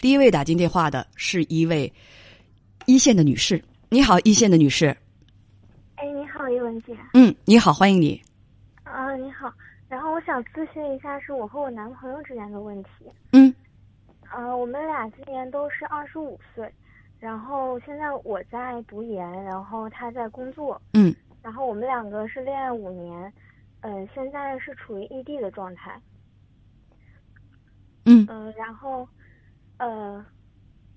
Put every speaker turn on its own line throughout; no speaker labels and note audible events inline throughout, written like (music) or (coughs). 第一位打进电话的是一位一线的女士。你好，一线的女士。
哎，你好，叶文姐。
嗯，你好，欢迎你。
啊、你好。然后我想咨询一下，是我和我男朋友之间的问题。
嗯
呃，我们俩今年都是二十五岁，然后现在我在读研，然后他在工作，
嗯
然后我们两个是恋爱五年，呃，现在是处于异地的状态。
嗯
嗯、然后，呃，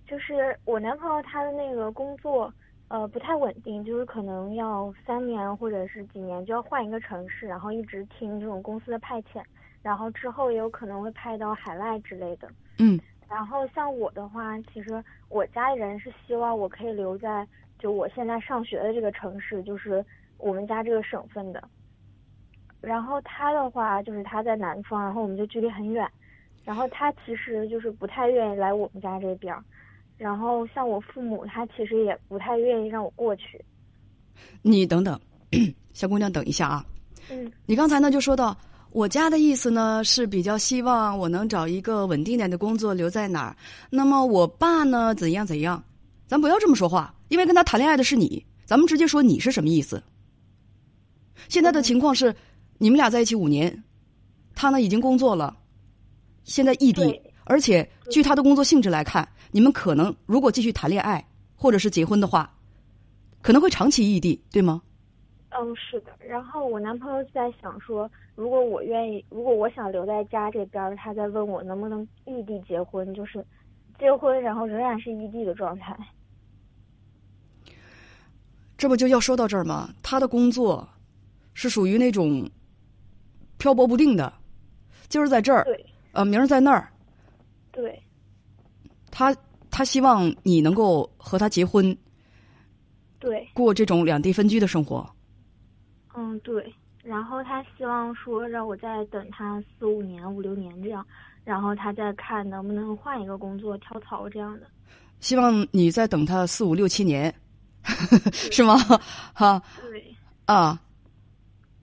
就是我男朋友他的那个工作，呃，不太稳定，就是可能要三年或者是几年就要换一个城市，然后一直听这种公司的派遣，然后之后也有可能会派到海外之类的。
嗯
然后像我的话，其实我家里人是希望我可以留在就我现在上学的这个城市，就是我们家这个省份的。然后他的话就是他在南方，然后我们就距离很远。然后他其实就是不太愿意来我们家这边儿。然后像我父母，他其实也不太愿意让我过去。
你等 (coughs) 等，小姑娘，等一下啊。
嗯
你刚才呢就说到，我家的意思呢是比较希望我能找一个稳定点的工作留在哪儿。那么我爸呢怎样怎样，咱不要这么说话，因为跟他谈恋爱的是你，咱们直接说你是什么意思。现在的情况是，你们俩在一起五年，他呢已经工作了，现在异地
对，
而且据他的工作性质来看，你们可能如果继续谈恋爱或者是结婚的话，可能会长期异地，对吗？
嗯，是的。然后我男朋友就在想说，如果我愿意，如果我想留在家这边儿，他在问我能不能异地结婚，就是结婚然后仍然是异地的状态。
这不就要说到这儿吗？他的工作是属于那种漂泊不定的，今儿在这儿，
对
呃，明儿在那儿。
对，
他他希望你能够和他结婚，
对，
过这种两地分居的生活。
嗯对。然后他希望说让我再等他四五年、五六年这样，然后他再看能不能换一个工作跳槽这样的。
希望你再等他四五六七年， (laughs) 是吗？ (laughs) 哈
对，
啊，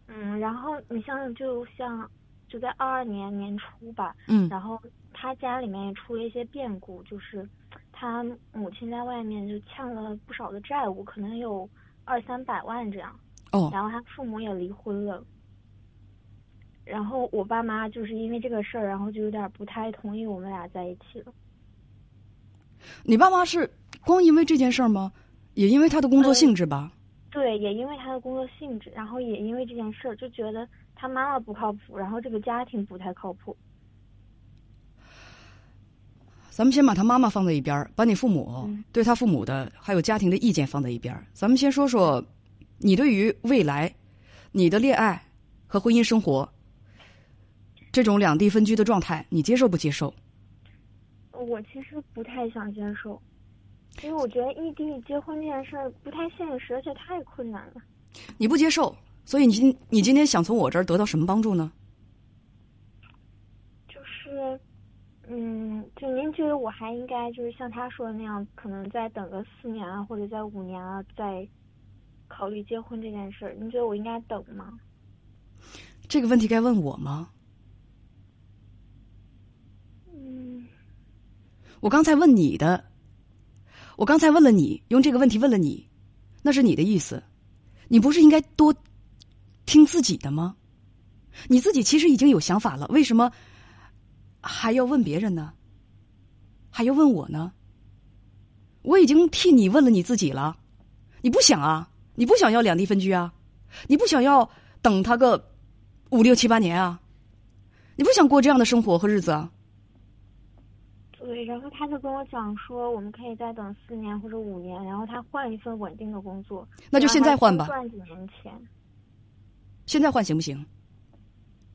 嗯，然后你像就像就在二二年年初吧，
嗯
然后他家里面也出了一些变故，就是他母亲在外面就欠了不少的债务，可能有二三百万这样。
哦，
然后他父母也离婚了。然后我爸妈就是因为这个事儿，然后就有点不太同意我们俩在一起了。
你爸妈是光因为这件事儿吗？也因为他的工作
嗯
性质吧？
对，也因为他的工作性质，然后也因为这件事儿，就觉得他妈妈不靠谱，然后这个家庭不太靠谱。
咱们先把他妈妈放在一边儿，把你父母、
嗯
对他父母的还有家庭的意见放在一边儿。咱们先说说你对于未来、你的恋爱和婚姻生活这种两地分居的状态，你接受不接受？
我其实不太想接受，因为我觉得异地结婚这件事儿不太现实，而且太困难了。
你不接受，所以你今你今天想从我这儿得到什么帮助呢？
就是，嗯，就您觉得我还应该就是像他说的那样，可能再等个四年啊，或者再五年啊，再考虑结婚这件事儿。您觉得我应该等吗？
这个问题该问我吗？
嗯，
我刚才问你的，我刚才问了你，用这个问题问了你，那是你的意思，你不是应该多听自己的吗？你自己其实已经有想法了，为什么还要问别人呢？还要问我呢？我已经替你问了你自己了，你不想啊？你不想要两地分居啊？你不想要等他个五六七八年啊？你不想过这样的生活和日子啊？
对。然后他就跟我讲说，我们可以再等四年或者五年，然后他换一份稳定的工作。
啊那就
然后
现在换吧
多赚几年钱。
现在换行不行？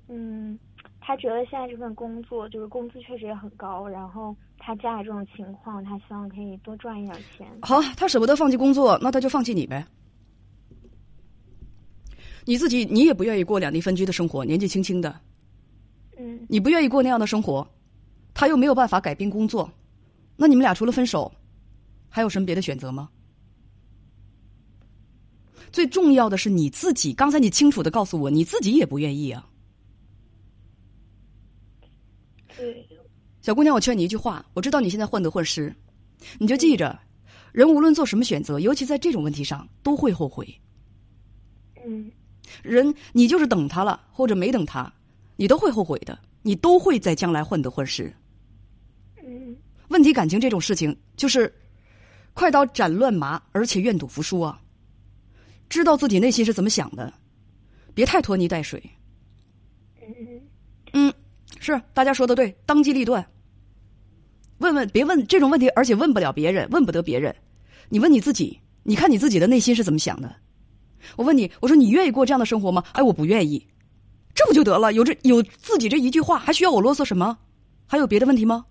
嗯，他觉得现在这份工作就是工资确实也很高，然后他家里这种情况，他希望可以多赚一点钱。
好，他舍不得放弃工作，那他就放弃你呗。你自己，你也不愿意过两地分居的生活，年纪轻轻的，
嗯，
你不愿意过那样的生活，他又没有办法改变工作，那你们俩除了分手，还有什么别的选择吗？最重要的是你自己，刚才你清楚的告诉我，你自己也不愿意啊。
对，
小姑娘，我劝你一句话，我知道你现在患得患失，你就记着，人无论做什么选择，尤其在这种问题上，都会后悔。
嗯
人你就是等他了，或者没等他，你都会后悔的，你都会在将来患得患失。
嗯
问题感情这种事情，就是快刀斩乱麻，而且愿赌服输啊！知道自己内心是怎么想的，别太拖泥带水。
嗯嗯
嗯，是大家说的对，当机立断。问问别问这种问题，而且问不了别人，问不得别人，你问你自己，你看你自己的内心是怎么想的。我问你，我说你愿意过这样的生活吗？哎，我不愿意，这不就得了？有这有自己这一句话，还需要我啰嗦什么？还有别的问题吗？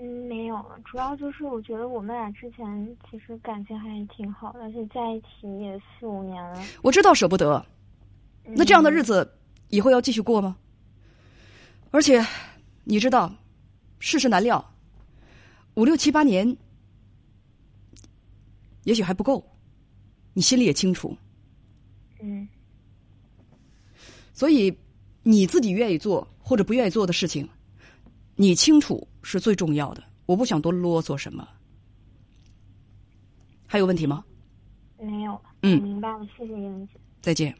嗯，没有，主要就是我觉得我们俩之前其实感情还挺好的，而且在一起也四五年了。
我知道舍不得，那这样的日
子，
子以后要继续过吗？而且，你知道，世事难料，五六七八年，也许还不够，你心里也清楚。
嗯
所以，你自己愿意做或者不愿意做的事情，你清楚是最重要的。我不想多啰嗦什么。还有问题吗？
没有，
嗯
我明白了，谢谢英姐。
再见。